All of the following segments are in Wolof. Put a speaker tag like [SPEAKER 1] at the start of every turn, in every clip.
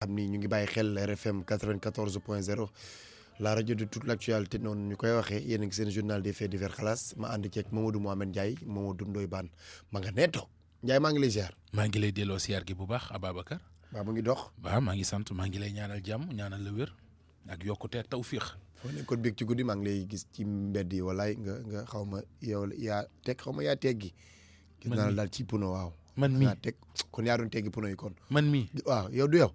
[SPEAKER 1] xam ni ñu ngi bàyyi xel RFM 94.0 la rajo de toute l' actualité noonu ñu koy waxee yéen a ngi seen journal des faits divers xalaas ma ànd ceeg Mamadou Mouhamed Ndiaye Mamadou Ndoye Bane ma nga neetoo Ndiaye maa ngi lay ziar.
[SPEAKER 2] maa ngi lay delloo siyaar gi bu baax Ababacar.
[SPEAKER 1] waaw mu ngi dox.
[SPEAKER 2] waaw maa ngi sant maa ngi lay ñaanal jàmm ñaanal la wér ak yokkute ak tawféex.
[SPEAKER 1] foo nekkoon biig ci guddi maa ngi lay gis ci mbedd yi walaay nga nga xaw ma yow yaa teg xaw ma yaa teggi. gis naa la daal ci puno waaw.
[SPEAKER 2] man mii
[SPEAKER 1] yaa teg kon yaa doon teggi puno yi kon.
[SPEAKER 2] man mii
[SPEAKER 1] waaw yow du yow.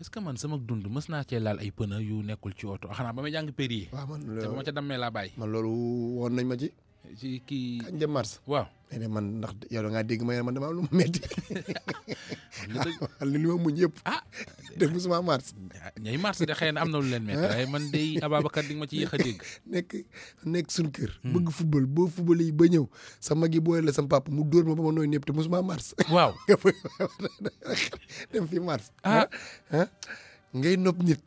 [SPEAKER 2] est ce que man sama dund mës naa cee laal ay pneu yu nekkul ci oto xanaa ba may jàng péri yi.
[SPEAKER 1] waaw man
[SPEAKER 2] te ba ma ca dammee laa bàyyi.
[SPEAKER 1] man loolu woon nañ ma ci.
[SPEAKER 2] ci kii
[SPEAKER 1] kañ jëm mars.
[SPEAKER 2] waaw.
[SPEAKER 1] mais ne man ndax yow da ngaa dégg ma ne man dama am lu ma métti. li li ma muñ yëpp.
[SPEAKER 2] ah
[SPEAKER 1] def musuma mars.
[SPEAKER 2] ñay mars de xëy na am na lu leen métti waaye man day Ababacar di nga ma ci yéex a dégg.
[SPEAKER 1] nekk nekk suñu kër.
[SPEAKER 2] Hmm.
[SPEAKER 1] bëgg football boo football yi ba ñëw sama gi booyal la sama papa mu dóor ma ba ma nooy ñëpp te musuma mars.
[SPEAKER 2] waaw
[SPEAKER 1] nga fay dem fi mars.
[SPEAKER 2] Ah.
[SPEAKER 1] ah ngay nopp nit.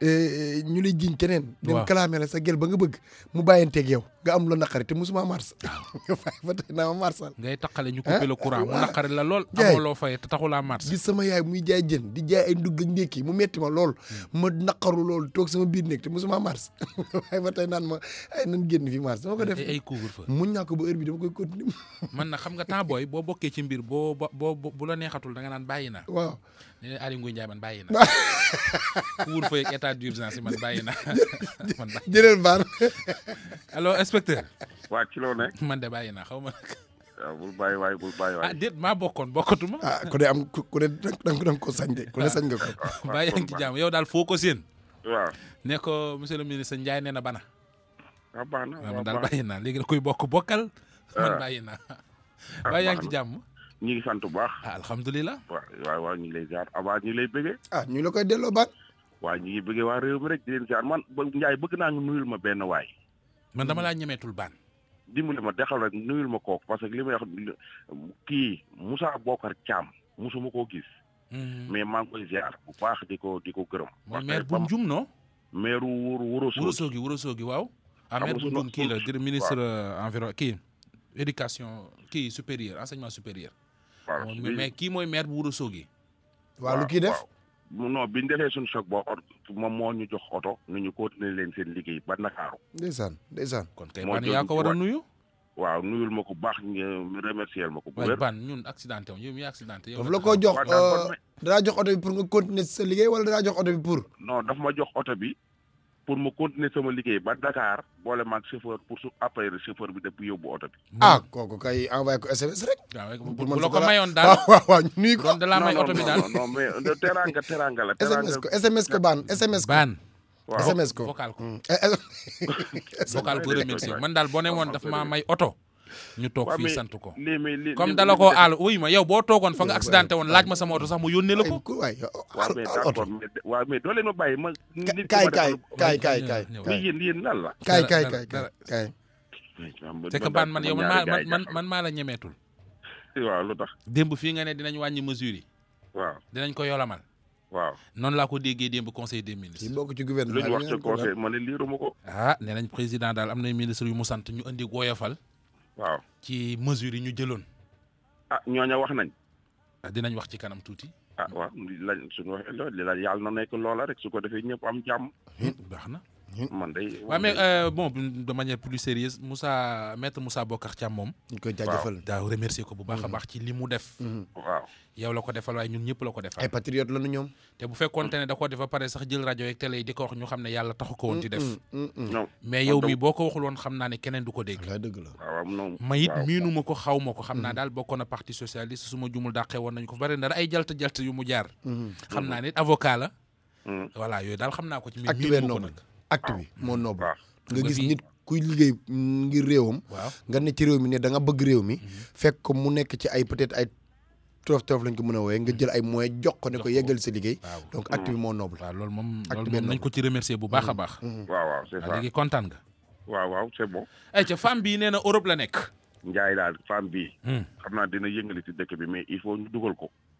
[SPEAKER 1] eh, ñu lay jiñ keneen.
[SPEAKER 2] Waaw.
[SPEAKER 1] dem kalaame la sa gel ba nga bëgg mu bàyyanteeg yow nga am lu naqari te musuma mars.
[SPEAKER 2] Ah.
[SPEAKER 1] nga fay ba tey naa ma marsal.
[SPEAKER 2] ngay taqale ñu coupé le courant mu
[SPEAKER 1] waaw.
[SPEAKER 2] naqari la lool.
[SPEAKER 1] Jaay.
[SPEAKER 2] amoo loo fay te taxulaa mars.
[SPEAKER 1] gis sama yaay muy jaay jën di jaay ay ndugg ak ndékki mu metti ma lool
[SPEAKER 2] Hmm.
[SPEAKER 1] ma naqaru lool toog sama biir nekk te mosuma mars waaye ba tey naan ma ay nan génn fi mars dama ko def
[SPEAKER 2] ay ay couvre-feu.
[SPEAKER 1] muñ naa ko ba heure bi dama koy continuer
[SPEAKER 2] man na xam nga temps booy boo bokkee ci mbir boo bo- boo boo- bu la neexatul da nga naan bàyyi naa
[SPEAKER 1] waaw
[SPEAKER 2] ne Aliou Ngouye Eh, Ndiaye man bàyyi naa wuur fa yeeg état d'urgence yi man bàyyi naa man bàyyi
[SPEAKER 1] jëleel baar
[SPEAKER 2] allo inspecteur
[SPEAKER 3] waa ci loo nekk
[SPEAKER 2] man de bàyyi naa xaw ma nag
[SPEAKER 3] waaw Ya, bul bàyyi waay bul bàyyi
[SPEAKER 2] ah
[SPEAKER 3] waay.
[SPEAKER 2] déet maa bokkoon bokkatuma
[SPEAKER 1] ah ku ne am ku ku ne danga ko danga ko sañ de ku ne sañ nga ko
[SPEAKER 2] bàyyi yaa ngi ci jàmm yow daal foo ko séen
[SPEAKER 3] waaw
[SPEAKER 2] ne ko monsieur le ministre Ndiaye nee na bana
[SPEAKER 3] waaw baax na
[SPEAKER 2] waaw
[SPEAKER 3] waaw
[SPEAKER 2] man daal
[SPEAKER 3] baax
[SPEAKER 2] bàyyi naa léegi da koy bokk bokkal man
[SPEAKER 3] Ah.
[SPEAKER 2] bàyyi naa
[SPEAKER 3] Ah,
[SPEAKER 2] bàyyi yaa ngi ci
[SPEAKER 3] baax
[SPEAKER 2] jàmm
[SPEAKER 3] ñu ngi sant bu baax.
[SPEAKER 2] ah alhamdulilah
[SPEAKER 3] waaw waaw waaw ñu ngi lay ziar abaa ñu ngi lay bëggee.
[SPEAKER 1] ah ñu la koy delloo baar
[SPEAKER 3] waaw ñu ngi bëggee waa réew mi rek di leen ziar man ba Ndiaye bëgg naa nga nuyul ma benn waay.
[SPEAKER 2] man dama laa ñemeetul baan
[SPEAKER 3] dimbali ma dexal rek nuyul ma kooku parce que li may wax li- kii Moussa Bokar Thiam musuma koo gis.
[SPEAKER 2] Hmm.
[SPEAKER 3] mais maa ngi koy ziar bu baax di ko di ko gërëm.
[SPEAKER 2] mooy maire bu njum noo
[SPEAKER 3] maire wóor wóor
[SPEAKER 2] Wourossogui Wourossogui waaw. ah maire bu
[SPEAKER 3] Wourossogui.
[SPEAKER 2] Ndioum kii la di ministre euh, environ kii éducation kii supérieure enseignement supérieur.
[SPEAKER 3] waaw
[SPEAKER 2] moom mais kii mooy maire bu Wourossogui.
[SPEAKER 1] waaw lu kii def
[SPEAKER 3] waaw. non bi ñu defee suñu choc boo moom moo ñu jox oto nu ñu continuer leen seen liggéey ba Ndakaaru.
[SPEAKER 1] ndeysaan ndeysaan
[SPEAKER 2] kon kay
[SPEAKER 3] Moo
[SPEAKER 2] ban yaa ko war a
[SPEAKER 3] jël
[SPEAKER 2] nuyu.
[SPEAKER 3] waaw nuyul ma ko baax ñu remercier ma ko. bu
[SPEAKER 2] waaye
[SPEAKER 3] wér
[SPEAKER 2] ban ñun accidenté wu yow mi accidenté. yow
[SPEAKER 1] daf la ko jox euh,
[SPEAKER 3] waaw d'accord, mais-
[SPEAKER 1] danaa jox oto bi pour nga continuer sa liggéey wala danaa jox oto bi pour
[SPEAKER 3] non daf ma jox oto bi pour ma continuer sama liggéey ba Dakar boole maag chauffeur pour su après chauffeur bi depuis yóbbu oto bi.
[SPEAKER 1] ah kooku kay envoyé ko SMS rek
[SPEAKER 2] waaw Hmm. bu-
[SPEAKER 1] pour
[SPEAKER 2] bu
[SPEAKER 1] man
[SPEAKER 2] la
[SPEAKER 1] si
[SPEAKER 2] ko
[SPEAKER 1] dara-
[SPEAKER 2] mayoon
[SPEAKER 1] waaw
[SPEAKER 2] daal.
[SPEAKER 1] waaw waaw ñu nuyu ko
[SPEAKER 2] doon da laa
[SPEAKER 3] non
[SPEAKER 2] may
[SPEAKER 3] non,
[SPEAKER 2] oto bi
[SPEAKER 3] non,
[SPEAKER 2] daal.
[SPEAKER 3] non non mais de teraanga teraanga la.
[SPEAKER 1] SMS
[SPEAKER 3] teraanga
[SPEAKER 1] ko SMS ko baan SMS ko
[SPEAKER 2] ban
[SPEAKER 3] waaw
[SPEAKER 1] SMS ko
[SPEAKER 2] vocal ko
[SPEAKER 1] Eh,
[SPEAKER 2] vocal
[SPEAKER 3] vocal
[SPEAKER 2] ko
[SPEAKER 3] ko
[SPEAKER 2] remercier
[SPEAKER 3] waay.
[SPEAKER 2] man daal boo ne woon daf maa may oto. ñu toog
[SPEAKER 3] waaw,
[SPEAKER 2] fii
[SPEAKER 3] mais
[SPEAKER 2] sant ko.
[SPEAKER 3] lii mais lii
[SPEAKER 2] comme
[SPEAKER 3] lii-
[SPEAKER 2] dala
[SPEAKER 3] lii
[SPEAKER 2] ko
[SPEAKER 3] def-
[SPEAKER 2] aal wuy ma yow boo toogoon fa nga accidenté woon laaj ma sama oto sax mu yónnee la ko.
[SPEAKER 1] ku waay
[SPEAKER 3] waaw mais d'accord mais waaw mais doo leen ma bàyyi ma. nit ki
[SPEAKER 1] kaay
[SPEAKER 3] ma
[SPEAKER 1] kaay
[SPEAKER 3] defal-
[SPEAKER 1] kaay kaay kaay
[SPEAKER 3] mais
[SPEAKER 2] Iya,
[SPEAKER 3] yéen yéen lan la.
[SPEAKER 1] kaay
[SPEAKER 2] Dara,
[SPEAKER 1] kaay
[SPEAKER 2] dara,
[SPEAKER 1] kaay
[SPEAKER 2] dara.
[SPEAKER 1] kaay
[SPEAKER 2] c'est que ban man yow man maa man man man maa la ñemeetul.
[SPEAKER 3] waaw lu tax
[SPEAKER 2] démb fii nga ne dinañ wàññi mesures yi
[SPEAKER 3] waaw
[SPEAKER 2] dinañ ko yolamal
[SPEAKER 3] waaw.
[SPEAKER 2] noonu laa ko déggee démb conseil des
[SPEAKER 1] ci
[SPEAKER 2] ministres.
[SPEAKER 1] bokk ci
[SPEAKER 3] lu
[SPEAKER 1] gouvernement
[SPEAKER 3] ñu wax ci
[SPEAKER 1] bi ngeen
[SPEAKER 3] conseil ma ne liiruma ko
[SPEAKER 2] ah nee nañ président daal am na ministre yu mu sant ñu indi woyofal
[SPEAKER 3] waaw.
[SPEAKER 2] ci mesures yi ñu jëloon
[SPEAKER 3] ah ñooña wax nañ.
[SPEAKER 2] ah, dinañ wax ci kanam tuuti.
[SPEAKER 3] ah waaw li la suñu waxee loolu li la yàlla na nekk loola rek su ko defee ñëpp am jàmm.
[SPEAKER 2] baax na
[SPEAKER 3] Hmm. man day.
[SPEAKER 2] waaw mais euh, bon de manière plus sérieuse Moussa maître Moussa Bokar Thiam moom
[SPEAKER 1] ñu koy jaajëfal
[SPEAKER 2] daaw remercier ko bu baax a
[SPEAKER 3] Hmm.
[SPEAKER 2] baax ci li mu def
[SPEAKER 1] Mm-hmm.
[SPEAKER 3] waaw
[SPEAKER 2] yow la ko defal waaye ñun ñëpp la ko defal
[SPEAKER 1] ay patriote lañu ñoom
[SPEAKER 2] te bu fekkoonte ne da ko def ba pare sax jël rajo yeeg télé yi di ko wax ñu xam ne yàlla taxu ko
[SPEAKER 1] Mm-hmm.
[SPEAKER 3] Hmm.
[SPEAKER 2] woon di def
[SPEAKER 3] non
[SPEAKER 2] mais
[SPEAKER 3] Ah,
[SPEAKER 2] yow mi boo ko waxul woon xam naa ne keneen du ko dégg
[SPEAKER 1] wallaay dëgg la
[SPEAKER 3] waaw non.
[SPEAKER 2] ma it
[SPEAKER 3] waaw. Hmm.
[SPEAKER 2] miinuma ko xaw ma ko xam naa daal bokkoon na parti socialiste su ma jumul dàqee woon nañu ko bari na ay jalt jalt yu mu jaar.
[SPEAKER 3] Hmm.
[SPEAKER 1] Mm-hmm.
[SPEAKER 2] xam naa ne avocat la.
[SPEAKER 3] Mm.
[SPEAKER 2] voilà yooyu daal xam naa ko ci. mais
[SPEAKER 1] acte bee
[SPEAKER 2] miinuma ko
[SPEAKER 1] noble
[SPEAKER 2] nag
[SPEAKER 1] acte
[SPEAKER 2] Ah.
[SPEAKER 1] bi moo noble
[SPEAKER 3] waaw.
[SPEAKER 1] nga
[SPEAKER 2] Nga
[SPEAKER 1] gis
[SPEAKER 2] fi-
[SPEAKER 1] nit kuy liggéey mm, ngir réewam
[SPEAKER 2] waaw
[SPEAKER 1] nga ne ci réew mi ne da nga bëgg réew mi fekk ko mu nekk ci ay peut-être ay toof toof lañ ko mën a wooyee nga jël ay moyens jox ko ne ko
[SPEAKER 2] Jox ko. Mm.
[SPEAKER 1] yeggal sa liggéey
[SPEAKER 2] waaw
[SPEAKER 1] donc acte bi moo noble
[SPEAKER 2] waaw loolu moom.
[SPEAKER 1] Acte
[SPEAKER 2] loolu
[SPEAKER 1] bee
[SPEAKER 2] moom nañ
[SPEAKER 1] noble.
[SPEAKER 2] ko ci remercier bu baax a baax.
[SPEAKER 1] Mm-hmm.
[SPEAKER 3] waaw waaw c'est
[SPEAKER 2] waaw
[SPEAKER 3] ça
[SPEAKER 2] léegi kontaan nga.
[SPEAKER 3] waaw waaw c'est bon.
[SPEAKER 2] ay ca femme bii nee na Europe la nekk.
[SPEAKER 3] Njaay daal femme bii.
[SPEAKER 2] Mm.
[SPEAKER 3] xam naa dina yëngali ci dëkk bi mais il faut ñu dugal ko.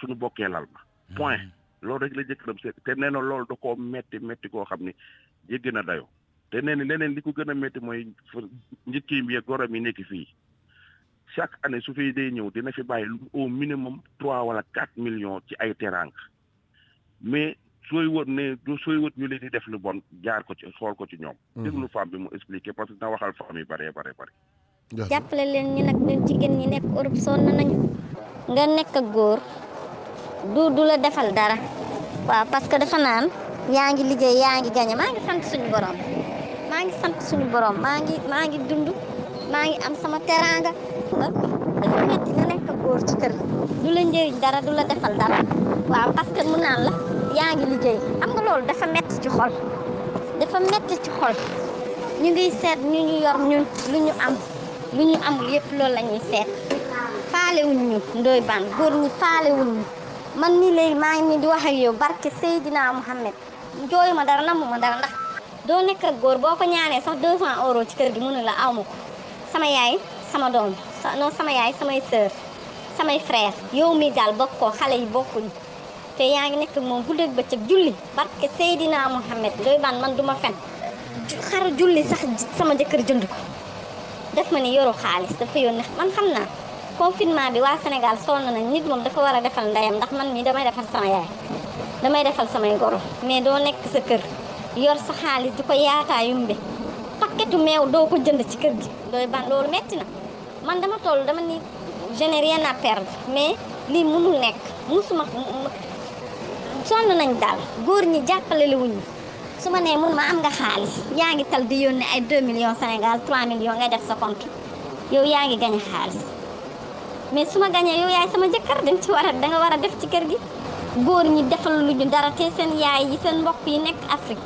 [SPEAKER 3] suñu bokkee lal ba point loolu rek la jëkkëram seq te nee na loolu da koo metti metti koo xam ne jéggi na dayoo te nee na leneen li ko gën a metti mooy njëkkiim yi gorom yi nekk fii chaque année su fii day ñëw dina fi bàyyi lu au minimum trois wala quatre millions ci ay terang mais sooy wër ne sooy wër ñu leen di def lu bon jaar ko ci xool ko ci ñoom. déglu femme bi mu expliqué parce que dina waxal femme yi bare bare bare.
[SPEAKER 4] jàppale leen ñu nag ñun jigéen ñi nekk Europe sonn nañu. nga nekk ak góor du du la defal dara. waaw parce que dafa naan yaa ngi liggéey yaa ngi gañe maa ngi sant suñu borom maa ngi sant suñu borom maa ngi maa ngi dund maa ngi am sama teraanga. dafa metti nga nekk góor ci kër du la njëriñ dara du la defal dara waaw parce que mu naan la yaa ngi liggéey xam nga loolu dafa metti ci xol dafa metti ci xol ñu ngiy seet ñu ñu yor ñun lu ñu am lu ñu amul yëpp loolu la ñuy seet faalewuñ ñu ndoy baan góor ñi faalewuñ ñu man nii léegi maa ngi nii di wax ak yow barke Seydina Mouhamed jooyu ma dara namu ma dara ndax doo nekk ak góor boo ko ñaanee sax 200 euros ci kër gi mënu la aw ma ko sama yaay sama doom non sama yaay samay sœur samay frère yow mi daal bokkoo xale yi bokkuñu te yaa ngi nekk moom bu dëgg bëccëg julli barke Seydina Mohamed doy baan man du ma fen xar julli sax sama jëkkër jënd ko def ma ni yoru xaalis dafa yónni man xam naa confinement bi waa Sénégal sonn nañ nit moom dafa war a defal ndeyam ndax man mi damay defal sama yaay damay defal samay goro mais doo nekk sa kër yor sa xaalis di ko yaataa yumbe paquetu meew doo ko jënd ci kër gi doy baan loolu metti na man dama toll dama ni je n'ai rien à perdre mais lii mënul nekk musuma sonn nañ daal góor ñi jàppale la wuñu su ma nee mun ma am nga xaalis yaa ngi tal di yónnee ay 2 millions Sénégal 3 millions ngay def sa compte yow yaa ngi gañe xaalis mais su ma gañee yow yaay sama jëkkër dañ ci war a da nga war a def ci kër gi góor ñi defal lu ñu dara te seen yaay yi seen mbokk yi nekk Afrique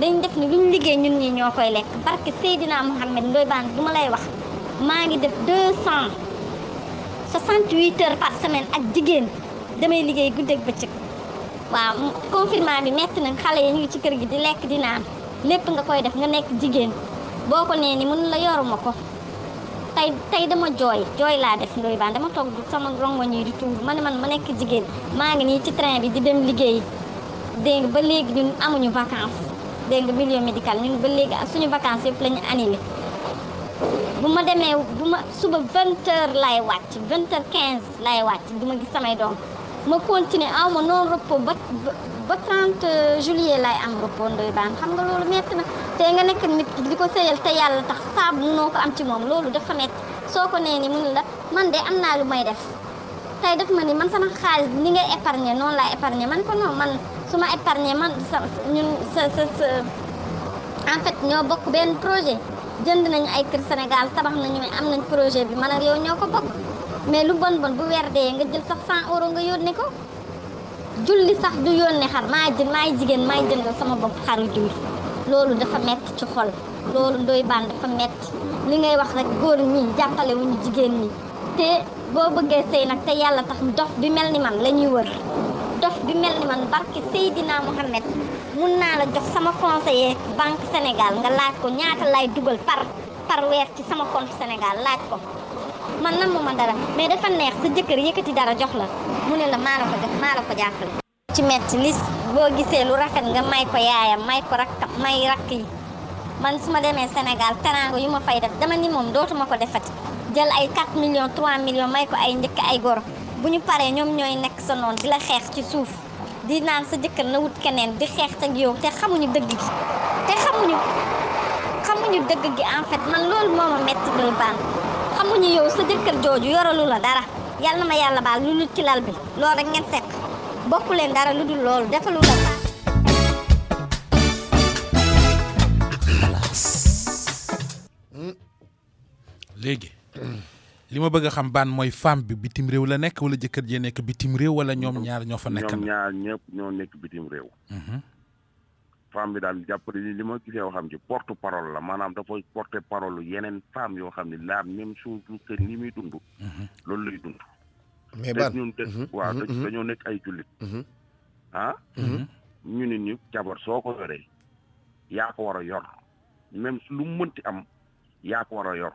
[SPEAKER 4] dañ def ni lu ñu liggéey ñun ñi ñoo koy lekk barke Seydina Mohamed Ndoye Bane du ma lay wax maa ngi def deux cent soixante huit heures par semaine ak jigéen damay liggéey guddeeg bëccëg waaw confinement bi metti na xale yi ñu ngi ci kër gi di lekk di naan lépp nga koy def nga nekk jigéen boo ko nee ni mun la yoruma ko tey tey dama jooy jooy laa def ndoy baan dama toog du sama rongoñ yi di tuur ma ne man ma nekk jigéen maa ngi nii ci train bi di dem liggéey dégg nga ba léegi ñun amuñu vacances dégg nga milieu médical ñun ba léegi suñu vacances yëpp la ñu annulé bu ma demee bu ma suba vingt heures lay wàcc vingt heures quinze lay wàcc du ma gis samay doom ma continuer aw ma noonu repos ba ba trente juillet lay am repos ndoy baan xam nga loolu metti na te nga nekk nit di ko sëyal te yàlla tax saabu munoo ko am ci moom loolu dafa metti soo ko nee ni mun la man de am naa lu may def tey def ma ni man sama xaalis ni ngay épargner noonu laa épargner man ko noonu man su ma épargner man sa ñun sa sa sa en fait ñoo bokk benn projet jënd nañu ay kër Sénégal tabax nañu mais am nañ projet bi man ak yow ñoo ko bokk mais lu bon bon bu weer dee nga jël sax 100 euros nga yónnee ko julli sax du yónnee xar maa jël maay jigéen maay jëndal sama bopp xaru julli loolu dafa metti ci xol loolu ndoy baan dafa metti li ngay wax rek góor ñi jàppale wuñu jigéen ñi te boo bëggee sëy nag te yàlla tax dof bi mel ni man la ñuy wër dof bi mel ni man barke Seydina Mohamed mun naa la jox sama conseiller banque Sénégal nga laaj ko ñaata lay dugal par par weer ci sama compte Sénégal laaj ko man nan ma dara mais dafa neex sa jëkkër yëkkati dara jox la mu ne la maa la ko jox maa la ko jàppale. ci metti lis boo gisee lu rafet nga may ko yaayam may ko rakk may rakk yi man su ma demee Sénégal teraanga yu ma fay def dama ni moom dootuma ko defati jël ay 4 millions 3 millions may ko ay njëkk ay goro bu ñu paree ñoom ñooy nekk sa noon di la xeex ci suuf. di naan sa jëkkër na wut keneen di xeex ak yow te xamuñu dëgg gi te xamuñu xamuñu dëgg gi en fait man loolu moo ma metti dul baan xamuñu yow sa jëkkër jooju yoralu la dara yal na ma yàlla baal lu ci lal bi loolu rek ngeen seq bokku leen dara lu dul loolu defalu la baax.
[SPEAKER 2] léegi li ma bëgg a xam baan mooy femme bi bitim réew la nekk wala jëkkër jee nekk bitim réew wala ñoom ñaar ñoo fa nekk
[SPEAKER 3] ñoom ñaar ñëpp ñoo nekk bitim réew. femme bi daal jàpp ni li ma gisee waxam ci porte parole la maanaam dafa porte parole yeneen femme yoo xam ne la même chose que ni muy dund. loolu lay dund.
[SPEAKER 1] mais Mhm, baan
[SPEAKER 3] ñun dëkk waaw dañoo nekk ay jullit. ah
[SPEAKER 1] mhm,
[SPEAKER 2] Mhm.
[SPEAKER 3] ñu ne ñu jabar soo ko yoree yaa ko war a yor même su lu mu mënti am yaa ko war a yor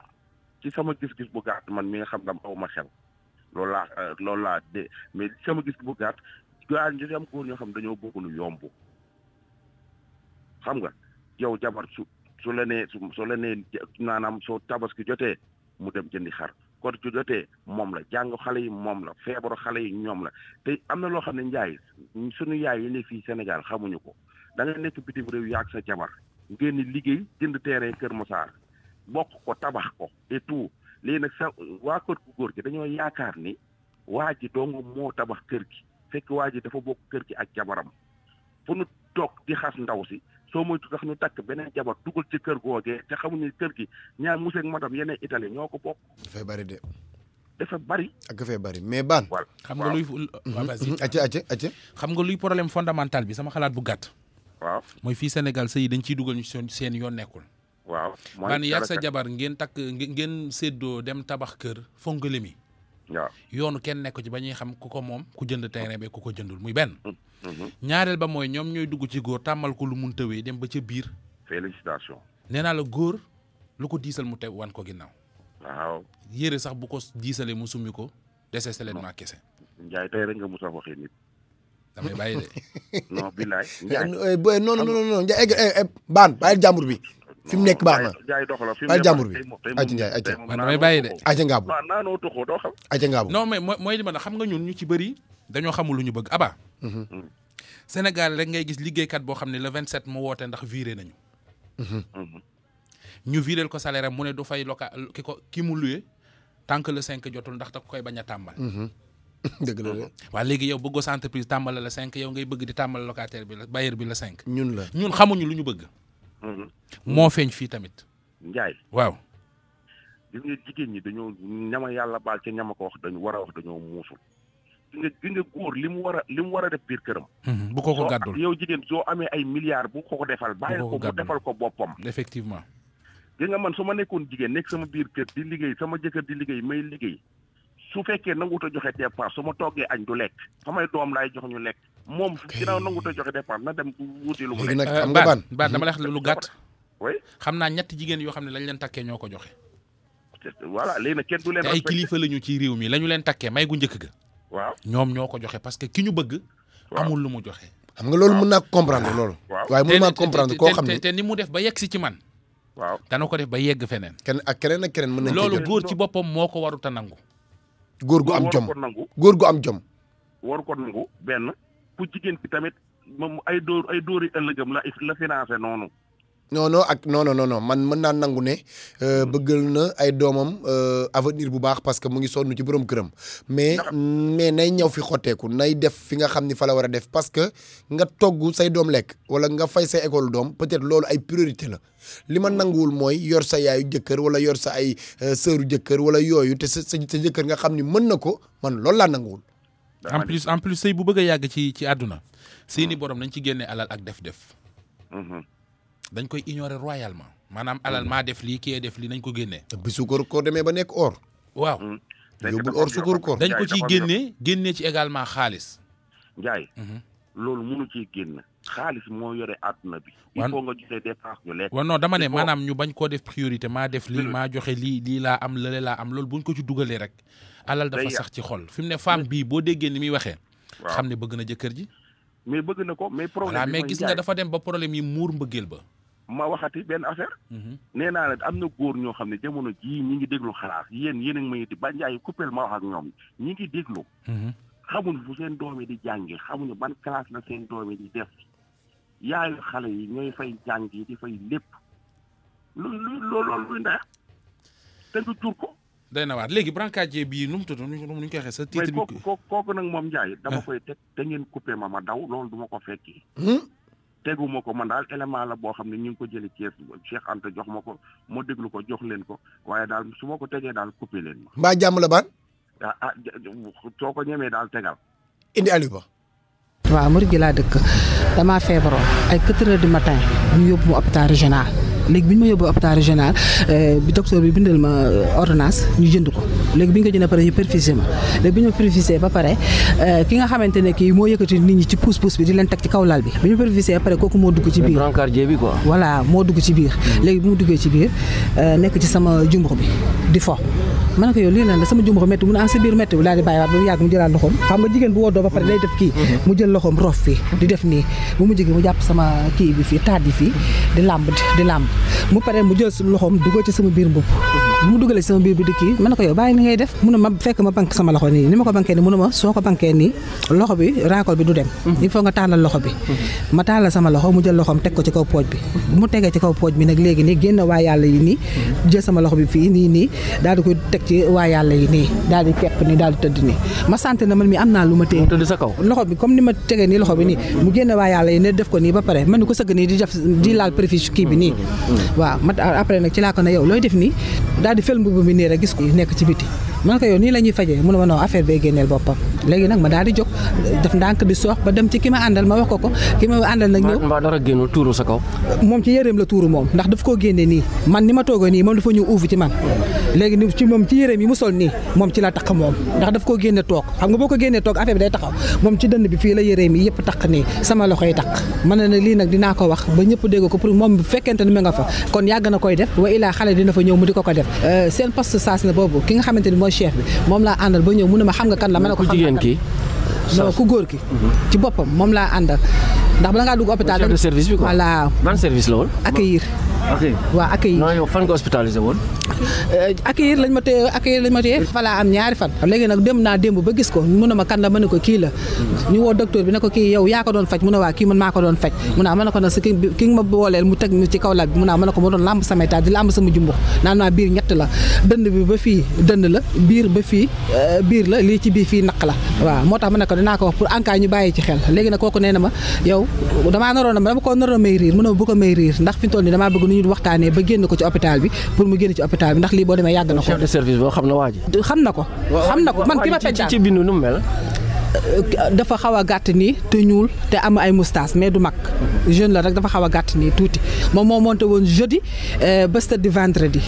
[SPEAKER 3] ci sama gis-gis bu gàtt man mi nga xam dam aw ma xel loolu laa euh, loolu laa de mais sama gis bu gàtt gaa ñu di am góor ñoo xam dañoo bëgg lu yomb xam nga yow jabar su su la nee su su la nee naanaam soo tabaski jotee mu dem jëndi xar kor ju jotee moom la jàng xale yi moom la feebaru xale yi ñoom la te am na loo xam ne njaay suñu yaay yi ne fii Sénégal xamuñu ko da nga nekk bitim réew yaag sa jabar ngeen di liggéey jënd terrain Kër Massar bokk ko tabax ko et tout léegi nag sa waa kër gu góor gi dañoo yaakaar ni waa ji dong moo tabax kër gi fekk waa ji dafa bokk kër gi ak jabaram fu nu toog di xas ndaw si soo moytu tax ñu takk beneen jabar dugal ci kër googee te xamuñu kër gi ñaar monsieur ak madame yeneen itali ñoo ko bokk
[SPEAKER 1] dafay bari de
[SPEAKER 3] dafa bari
[SPEAKER 1] ak dafay bari mais baan
[SPEAKER 3] wal
[SPEAKER 2] xam nga luy
[SPEAKER 3] Mhm.
[SPEAKER 2] waaw vas-y.
[SPEAKER 1] acca acca acca
[SPEAKER 2] xam nga luy problème fondamental bi sama xalaat bu gàtt
[SPEAKER 3] waaw
[SPEAKER 2] mooy fii Sénégal sëy yi dañ ciy dugal ñu seen seen yoon nekkul
[SPEAKER 3] waaw mooy
[SPEAKER 2] baan yàgg sa
[SPEAKER 3] dara-
[SPEAKER 2] jabar ngeen takk nge- ngeen séddoo dem tabax kër fongale mi
[SPEAKER 3] waaw
[SPEAKER 2] yoonu kenn nekk ci ba ñuy xam ku ko moom ku jënd terrain bi ku ko jëndul muy benn
[SPEAKER 3] mhm.
[SPEAKER 2] ñaareel ba mooy ñoom ñooy dugg ci góor tàmmal ko lu mun tëwee dem ba ca biir
[SPEAKER 3] félicitation
[SPEAKER 2] nee naa la góor lu ko diisal mu te wan ko ginnaaw
[SPEAKER 3] waaw
[SPEAKER 2] yére sax bu ko diisalee mu summi ko dese seulement kese
[SPEAKER 3] njaay tey rek nga musa waxee nit
[SPEAKER 2] damay bàyyi de
[SPEAKER 3] non bilaay njaay
[SPEAKER 1] Eh, boy, non non non non Ndiaye egg eh, eh, baan bàyyil jàmbur bi fi mu nekk baax na
[SPEAKER 3] njaay dox la fi
[SPEAKER 1] Bàyyi
[SPEAKER 3] nekk
[SPEAKER 1] jàmbur bi.
[SPEAKER 3] tey moom- tey
[SPEAKER 1] Acca
[SPEAKER 3] moom-
[SPEAKER 1] Njaay, acca.
[SPEAKER 3] tey moom
[SPEAKER 2] Man damay
[SPEAKER 3] naanoo
[SPEAKER 2] bàyyi de.
[SPEAKER 3] tuxoo.
[SPEAKER 1] acca ngaabu
[SPEAKER 3] waaw naanoo tuxoo doo xam
[SPEAKER 1] acca ngaabu
[SPEAKER 2] non mais mooy mooy li ma la xam nga ñun ñu ci bëri dañoo xamul lu ñu bëgg aba Sénégal rek ngay gis liggéeykat boo xam ne le 27 mu woote ndax viré nañu
[SPEAKER 3] Mhm.
[SPEAKER 2] ñu viréel ko salaire am mu ne du fay loka ki ko ki mu luye tant que le 5 jotul ndax da ko koy bañ a tàmbal
[SPEAKER 1] dëgg la de
[SPEAKER 2] waa léegi yow bëggoo sa entreprise tàmbala la 5 yow ngay bëgg di tàmbal locataire bi la bailleur bi la 5
[SPEAKER 1] ñun la
[SPEAKER 2] ñun xamuñu lu ñu bëgg
[SPEAKER 3] Mhm.
[SPEAKER 2] moo feeñ fii tamit
[SPEAKER 3] njaay
[SPEAKER 2] waaw
[SPEAKER 3] gis nga jigéen ñi dañoo ñama yàlla baal ca ñama ko wax dañu war a wax dañoo muusul gis nga gis nga góor li mu war a li mu war a def biir këram
[SPEAKER 2] Mhm. bu ko ko
[SPEAKER 3] soo-
[SPEAKER 2] gàddul
[SPEAKER 3] yow jigéen soo amee ay milliards bu ko ko defal bàyyi
[SPEAKER 2] ko
[SPEAKER 3] ko mu
[SPEAKER 2] gàddul.
[SPEAKER 3] defal ko boppam
[SPEAKER 2] effectivement
[SPEAKER 3] gis nga man su ma nekkoon jigéen nekk sama biir kër di liggéey sama jëkkër di liggéey may liggéey su fekkee nanguut a joxe dépense su ma toggee añ du lekk samay doom laay jox ñu lekk moom ginnaaw nanguut a joxe dépense na dem wuti lu mu
[SPEAKER 1] léegi nag xam
[SPEAKER 2] Euh,
[SPEAKER 3] lekk
[SPEAKER 1] nga Mhm. baan
[SPEAKER 2] Baan dama la wax lu gàtt
[SPEAKER 3] oui
[SPEAKER 2] xam naa ñetti jigéen yoo xam ne lañ leen takkee ñoo ko joxe
[SPEAKER 3] voilà léegi nag kenn du leen
[SPEAKER 2] te ay
[SPEAKER 3] respecté.
[SPEAKER 2] kilifa lañu ci réew mi la ñu leen takkee may gu njëkk ga
[SPEAKER 3] waaw
[SPEAKER 2] ñoom ñoo ko joxe parce que ki ñu bëgg
[SPEAKER 3] Waaw.
[SPEAKER 2] amul lu mu joxe
[SPEAKER 1] xam nga loolu mën naa comprendre loolu
[SPEAKER 3] waaw.
[SPEAKER 1] waaye mën
[SPEAKER 2] te-
[SPEAKER 1] naa
[SPEAKER 2] te-
[SPEAKER 1] comprendre
[SPEAKER 2] te-
[SPEAKER 1] koo
[SPEAKER 2] te-
[SPEAKER 1] xam
[SPEAKER 2] te-
[SPEAKER 1] ne
[SPEAKER 2] te ni mu def ba yegg si ci man
[SPEAKER 3] waaw
[SPEAKER 2] dana ko def ba yegg feneen
[SPEAKER 1] kenn ak keneen ak keneen mën nañ
[SPEAKER 2] loolu
[SPEAKER 1] jot
[SPEAKER 2] góor ci boppam moo ko warut a nangu
[SPEAKER 1] góor gu am
[SPEAKER 3] waru
[SPEAKER 1] jom
[SPEAKER 3] ko nangu
[SPEAKER 1] góor gu am jom
[SPEAKER 3] waru ko nangu benn ku jigéen ki tamit moom ay dóor ay dóori ëllëgam la la financé noonu
[SPEAKER 1] non non ak non non non non man mën naa nangu ne euh, bëggal na ay doomam euh, avenir bu baax parce que mu ngi sonn ci borom këram mais
[SPEAKER 3] Ndax-
[SPEAKER 1] mais nay ñëw fi xotteeku nay def fi nga xam ni fa la war a def parce que nga togg say doom lekk wala nga fay say école doom peut-être loolu ay priorité la li ma nanguwul mooy yor sa yaayu jëkkër wala yor sa ay euh, sëru jëkkër wala yooyu te sa sa sa jëkkër nga xam ni mën na ko man loolu laa nanguwul
[SPEAKER 2] en plus en plus sëy bu bëgg a yàgg ci ci àdduna seeni borom dañ ci génnee alal ak def-def
[SPEAKER 3] Mhm.
[SPEAKER 2] dañ koy ignorer royalement maanaam
[SPEAKER 3] Mm.
[SPEAKER 2] alal maa def lii kii def lii nañ ko génnee
[SPEAKER 1] bi suukar koor demee ba nekk or
[SPEAKER 2] waaw
[SPEAKER 3] Fekk
[SPEAKER 1] Yóbbul
[SPEAKER 3] dafa
[SPEAKER 1] or
[SPEAKER 3] am yoo
[SPEAKER 1] sukkur
[SPEAKER 3] xam
[SPEAKER 1] koor.
[SPEAKER 3] ne
[SPEAKER 2] dañ ko
[SPEAKER 3] Njaay,
[SPEAKER 2] ciy
[SPEAKER 3] Mm. dafa am yoo-
[SPEAKER 2] génnee génnee ci également xaalis
[SPEAKER 3] Njaay
[SPEAKER 2] Mhm.
[SPEAKER 3] loolu mënu ciy génn xaalis moo yore àdduna bi
[SPEAKER 2] Wan-
[SPEAKER 3] il faut nga joxe dépense ñu lekk
[SPEAKER 2] waaw non dama ne
[SPEAKER 3] Il faut- Mm-hmm.
[SPEAKER 2] maanaam ñu bañ koo def priorité maa def lii maa joxe lii lii laa am lële laa am loolu buñ ko ci dugalee rek alal dafa
[SPEAKER 3] Day yàq. Mm.
[SPEAKER 2] sax ci xol fi mu ne femme bii boo déggee ni muy waxee
[SPEAKER 3] Waaw.
[SPEAKER 2] xam ne bëgg na jëkkër ji
[SPEAKER 3] mais bëgg na ko mais problème
[SPEAKER 2] voilà
[SPEAKER 3] bi
[SPEAKER 2] mais
[SPEAKER 3] mooy
[SPEAKER 2] gis
[SPEAKER 3] Njaay,
[SPEAKER 2] nga dafa dem ba problème yi muur mbëggeel ba
[SPEAKER 3] ma waxati benn affaire nee naa la am na góor ñoo xam ne jamono jii ñi ngi déglu xalaat yéen yéen a ngi may di ba Njaay coupeel ma wax ak ñoom ñi ngi déglu
[SPEAKER 2] Mm-hmm.
[SPEAKER 3] xamuñ fu seen doom yi di jàngee xamuñu ban classe la seen doom yi di def yaayu xale yi ñooy fay jàng yi di fay lépp lu lu loolu luy ndax te nga jur ko
[SPEAKER 2] day na waar léegi brancardier bii nu mu tudd nu ñu nu ñu koy waxee sa
[SPEAKER 3] mais
[SPEAKER 2] titre bi
[SPEAKER 3] kooku kooku kooku nag moom Njaay dama
[SPEAKER 2] Eh.
[SPEAKER 3] koy teg te ngeen coupé ma ma daw loolu du ma ko fekki
[SPEAKER 1] Hmm?
[SPEAKER 3] teguma ko man daal élément la boo xam ne ñu ngi ko jëlee Thiès Cheikh Anta jox ma ko ma déglu ko jox leen ko waaye daal su ma ko tegee daal coupé leen ma
[SPEAKER 1] mbaa jàmm la baan
[SPEAKER 3] ah ah ja- soo ko ñemee daal tegal
[SPEAKER 1] indi Aliou Ba
[SPEAKER 5] waaw Mouride gi laa dëkk damaa feebaroon ay 4 heures du matin ñu yóbbu mu hôpital régional léegi bi ñu ma yóbbu hôpital régional euh, bi docteur bi bindal ma euh, ordonnance ñu jënd ko léegi bi ñu ko jëndee pare ñu perfusé ma léegi bi ñu ma perfusé ba pare euh, ki nga xamante ne kii moo yëkkati nit ñi ci pousse pousse bi di leen teg ci kaw lal bi bi ñu perfusé ba pare kooku moo dugg ci biir
[SPEAKER 6] brancardier bi quoi.
[SPEAKER 5] voilà moo dugg ci biir léegi bi mu duggee ci biir euh, nekk ci sama jumbux bi di fo ma ne ko yow lii lan la sama jumbux métti mu ne ah sa biir métti bi daal di bàyyiwaat ba mu yàgg mu jëlaat loxoom xam nga jigéen bu woddoo ba pare day def kii mu jël loxoom rof fii di def nii bu mu jigee mu jàpp sama kii bi fii taat yi fii di làmb di làmb mu pare mu jël su loxoom dugal ci sama biir mbubb bu mu dugalee ci sama biir bi di kii ma ne ko yow bàyyi ni ngay def mu ne ma fekk ma banque sama loxo nii ni ma ko banquee nii mu ne ma soo ko banquee nii loxo bi raakol bi du dem il faut nga tàllal loxo bi ma tàllal sama loxo mu jël loxoom teg ko ci kaw pooj bi bu mu tegee ci kaw pooj bi nag léegi nii génn waa yàlla yi nii jël sama loxo bi fii nii nii daal di koy teg ci waa yàlla yi nii daal di kepp nii daal di tëdd nii ma santé na man mi am naa lu ma téye
[SPEAKER 6] tëdd sa kaw.
[SPEAKER 5] loxo bi comme ni ma tegee nii loxo bi nii mu génn waa yàlla yi ne def ko nii ba pare man ni ko sëgg nii di def di laal préfiche kii bi nii waaw ma après nag ci laa ko ne yow looy def nii daal di fel mbubb mi nii rek gis ko nekk ci biti man ko yow nii la ñuy fajee mu ne ma non affaire bee génneel boppam léegi nag ma daal di jóg def ndànk di soox ba dem ci ki ma àndal ma wax ko ko ki ma àndal nag ñëw
[SPEAKER 6] mbaa dara génnul tuuru sa kaw.
[SPEAKER 5] moom ci yéreem la tuuru moom ndax daf koo génne nii man ni ma toogee nii moom dafa ñu uufu ci man léegi ni ci moom ci yéreem yi mu sol nii moom ci la taq moom ndax daf koo génne toog xam nga boo ko génnee toog affaire bi day taxaw moom ci dënn bi fii la yéreem yi yëpp taq nii sama loxo yi taq man na ne lii nag dinaa ko wax ba ñëpp dégg ko pour moom bu fekkente ne ma nga fa kon yàgg na koy def wa ilaa xale dina fa ñëw mu di ko ko def Euh, seen poste saas na boobu ki nga xamante ni mooy chef bi moom laa àndal ba ñëw mu ne ma xam nga kan la ma ne ko
[SPEAKER 6] ku
[SPEAKER 5] xam
[SPEAKER 6] jigéen
[SPEAKER 5] nga
[SPEAKER 6] ki. Mhm.
[SPEAKER 5] non ku góor ki ci boppam moom laa àndal ndax bala ngaa dugg hôpital
[SPEAKER 6] chef de service bi quoi.
[SPEAKER 5] voilà Ah.
[SPEAKER 6] ban service la woon.
[SPEAKER 5] accueillir
[SPEAKER 6] ok.
[SPEAKER 5] waa accueillir
[SPEAKER 6] non yow fan nga hospitalisé woon.
[SPEAKER 5] Euh, accueillir lañ ma téye accueillir lañ ma téye falaa am ñaari fan léegi nag dem naa démb ba gis ko mu ne ma kan la ma ne ko kii la ñu woo docteur bi ne ko kii yow yaa ko doon faj mu ne waa kii man maa ko doon faj mu naa ma ne ko nag si ki ki nga ma booleel mu teg ñu ci kaw lab bi mu naa ma ne ko ma doon làmb samay taat di làmb sama jumbux naan naa biir ñett la dënd bi ba fii dënd la biir ba fii euh, biir la lii ci biir fii naq la waaw moo tax ma ne ko dinaa ko wax pour en cas ñu bàyyi ci xel léegi nag kooku nee na ma yow damaa naroon a dama ko naroon a may riir mu ne ma bu ko may riir ndax fi mu toll nii damaa bëgg nu ñu waxtaanee ba génn ko ci hôpital bi pour mu génn ci hôpital bi ndax lii boo demee yàgg na ko
[SPEAKER 6] chef de service boobu xam na waa ji.
[SPEAKER 5] xam na ko xam na ko man ki ma
[SPEAKER 6] waa ji ci
[SPEAKER 5] feccaat
[SPEAKER 6] ci bindu nu mu mel.
[SPEAKER 5] dafa xaw a gàtt nii te ñuul te am ay moustache mais du mag
[SPEAKER 6] Mhm.
[SPEAKER 5] jeune la rek dafa xaw a gàtt nii tuuti moom moo monté woon jeudi euh, ba di vendredi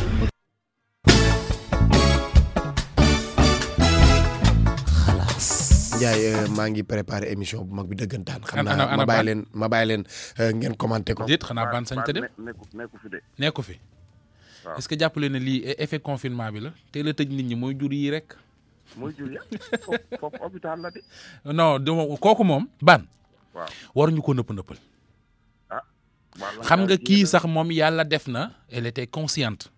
[SPEAKER 1] Ndiaye euh, maa ngi préparé émission bu mag bi dëggantaan xam
[SPEAKER 2] Ana-
[SPEAKER 1] naa
[SPEAKER 2] ana- ana
[SPEAKER 1] ma bàyyi
[SPEAKER 2] Ban?
[SPEAKER 1] leen ma bàyyi leen euh, ngeen commenté ko
[SPEAKER 2] déet xanaa Ah, ban sañ te dem
[SPEAKER 3] nekku nekku fi de
[SPEAKER 2] nekku fi est-ce que jàppale ne lii e- effet confinement bi la teel a tëj nit ñi mooy jur yi rek
[SPEAKER 3] mooy jur ya foofu foofu hôpital la de
[SPEAKER 2] non du ma- kooku moom ban
[SPEAKER 3] waaw
[SPEAKER 2] waruñu ko nëpp nëppal
[SPEAKER 3] wàlla
[SPEAKER 2] xam nga kii
[SPEAKER 3] yéen a-
[SPEAKER 2] sax moom yàlla def na elle était consciente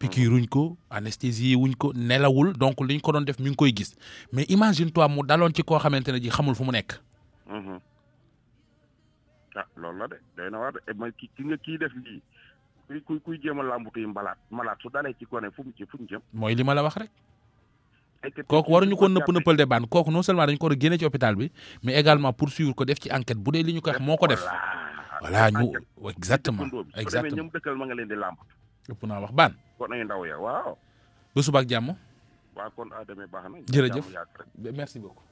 [SPEAKER 2] piqûre wuñ ko anesthésie wuñ ko nelawul donc liñ ko doon def mi ngi koy gis mais imagine toi mu daloon ci koo xamante ne ji xamul fu mu nekk
[SPEAKER 3] Mhm. ah loolu la de doy na waar de eh, man ki ki nga kii def lii kuy kuy kuy jéem a làmbutu yi mbalaat malaat su dalee ci gone fu mu jë fu mu jëm.
[SPEAKER 2] mooy li ma la wax rek
[SPEAKER 3] ay te-
[SPEAKER 2] kooku waruñu ko
[SPEAKER 3] jàppee-
[SPEAKER 2] nëpp nëppal de baan kooku non seulement dañ ko war a génne ci hôpital bi mais également poursuivre ko def ci enquête bu dee li ñu ko wax moo ko def voilà ñu
[SPEAKER 3] enquête.
[SPEAKER 2] exactement
[SPEAKER 3] dëkkandoo bi. su demee
[SPEAKER 2] exactement
[SPEAKER 3] ñoom dëkkal ma nga leen di làmb
[SPEAKER 2] ëpp naa wax baan
[SPEAKER 3] kon ay ndaw ya waaw
[SPEAKER 2] ba suba ak jàmm
[SPEAKER 3] waa kon ah demee baax na
[SPEAKER 2] Jërëjëf.
[SPEAKER 3] jàmm yàgg rek.
[SPEAKER 2] merci beaucoup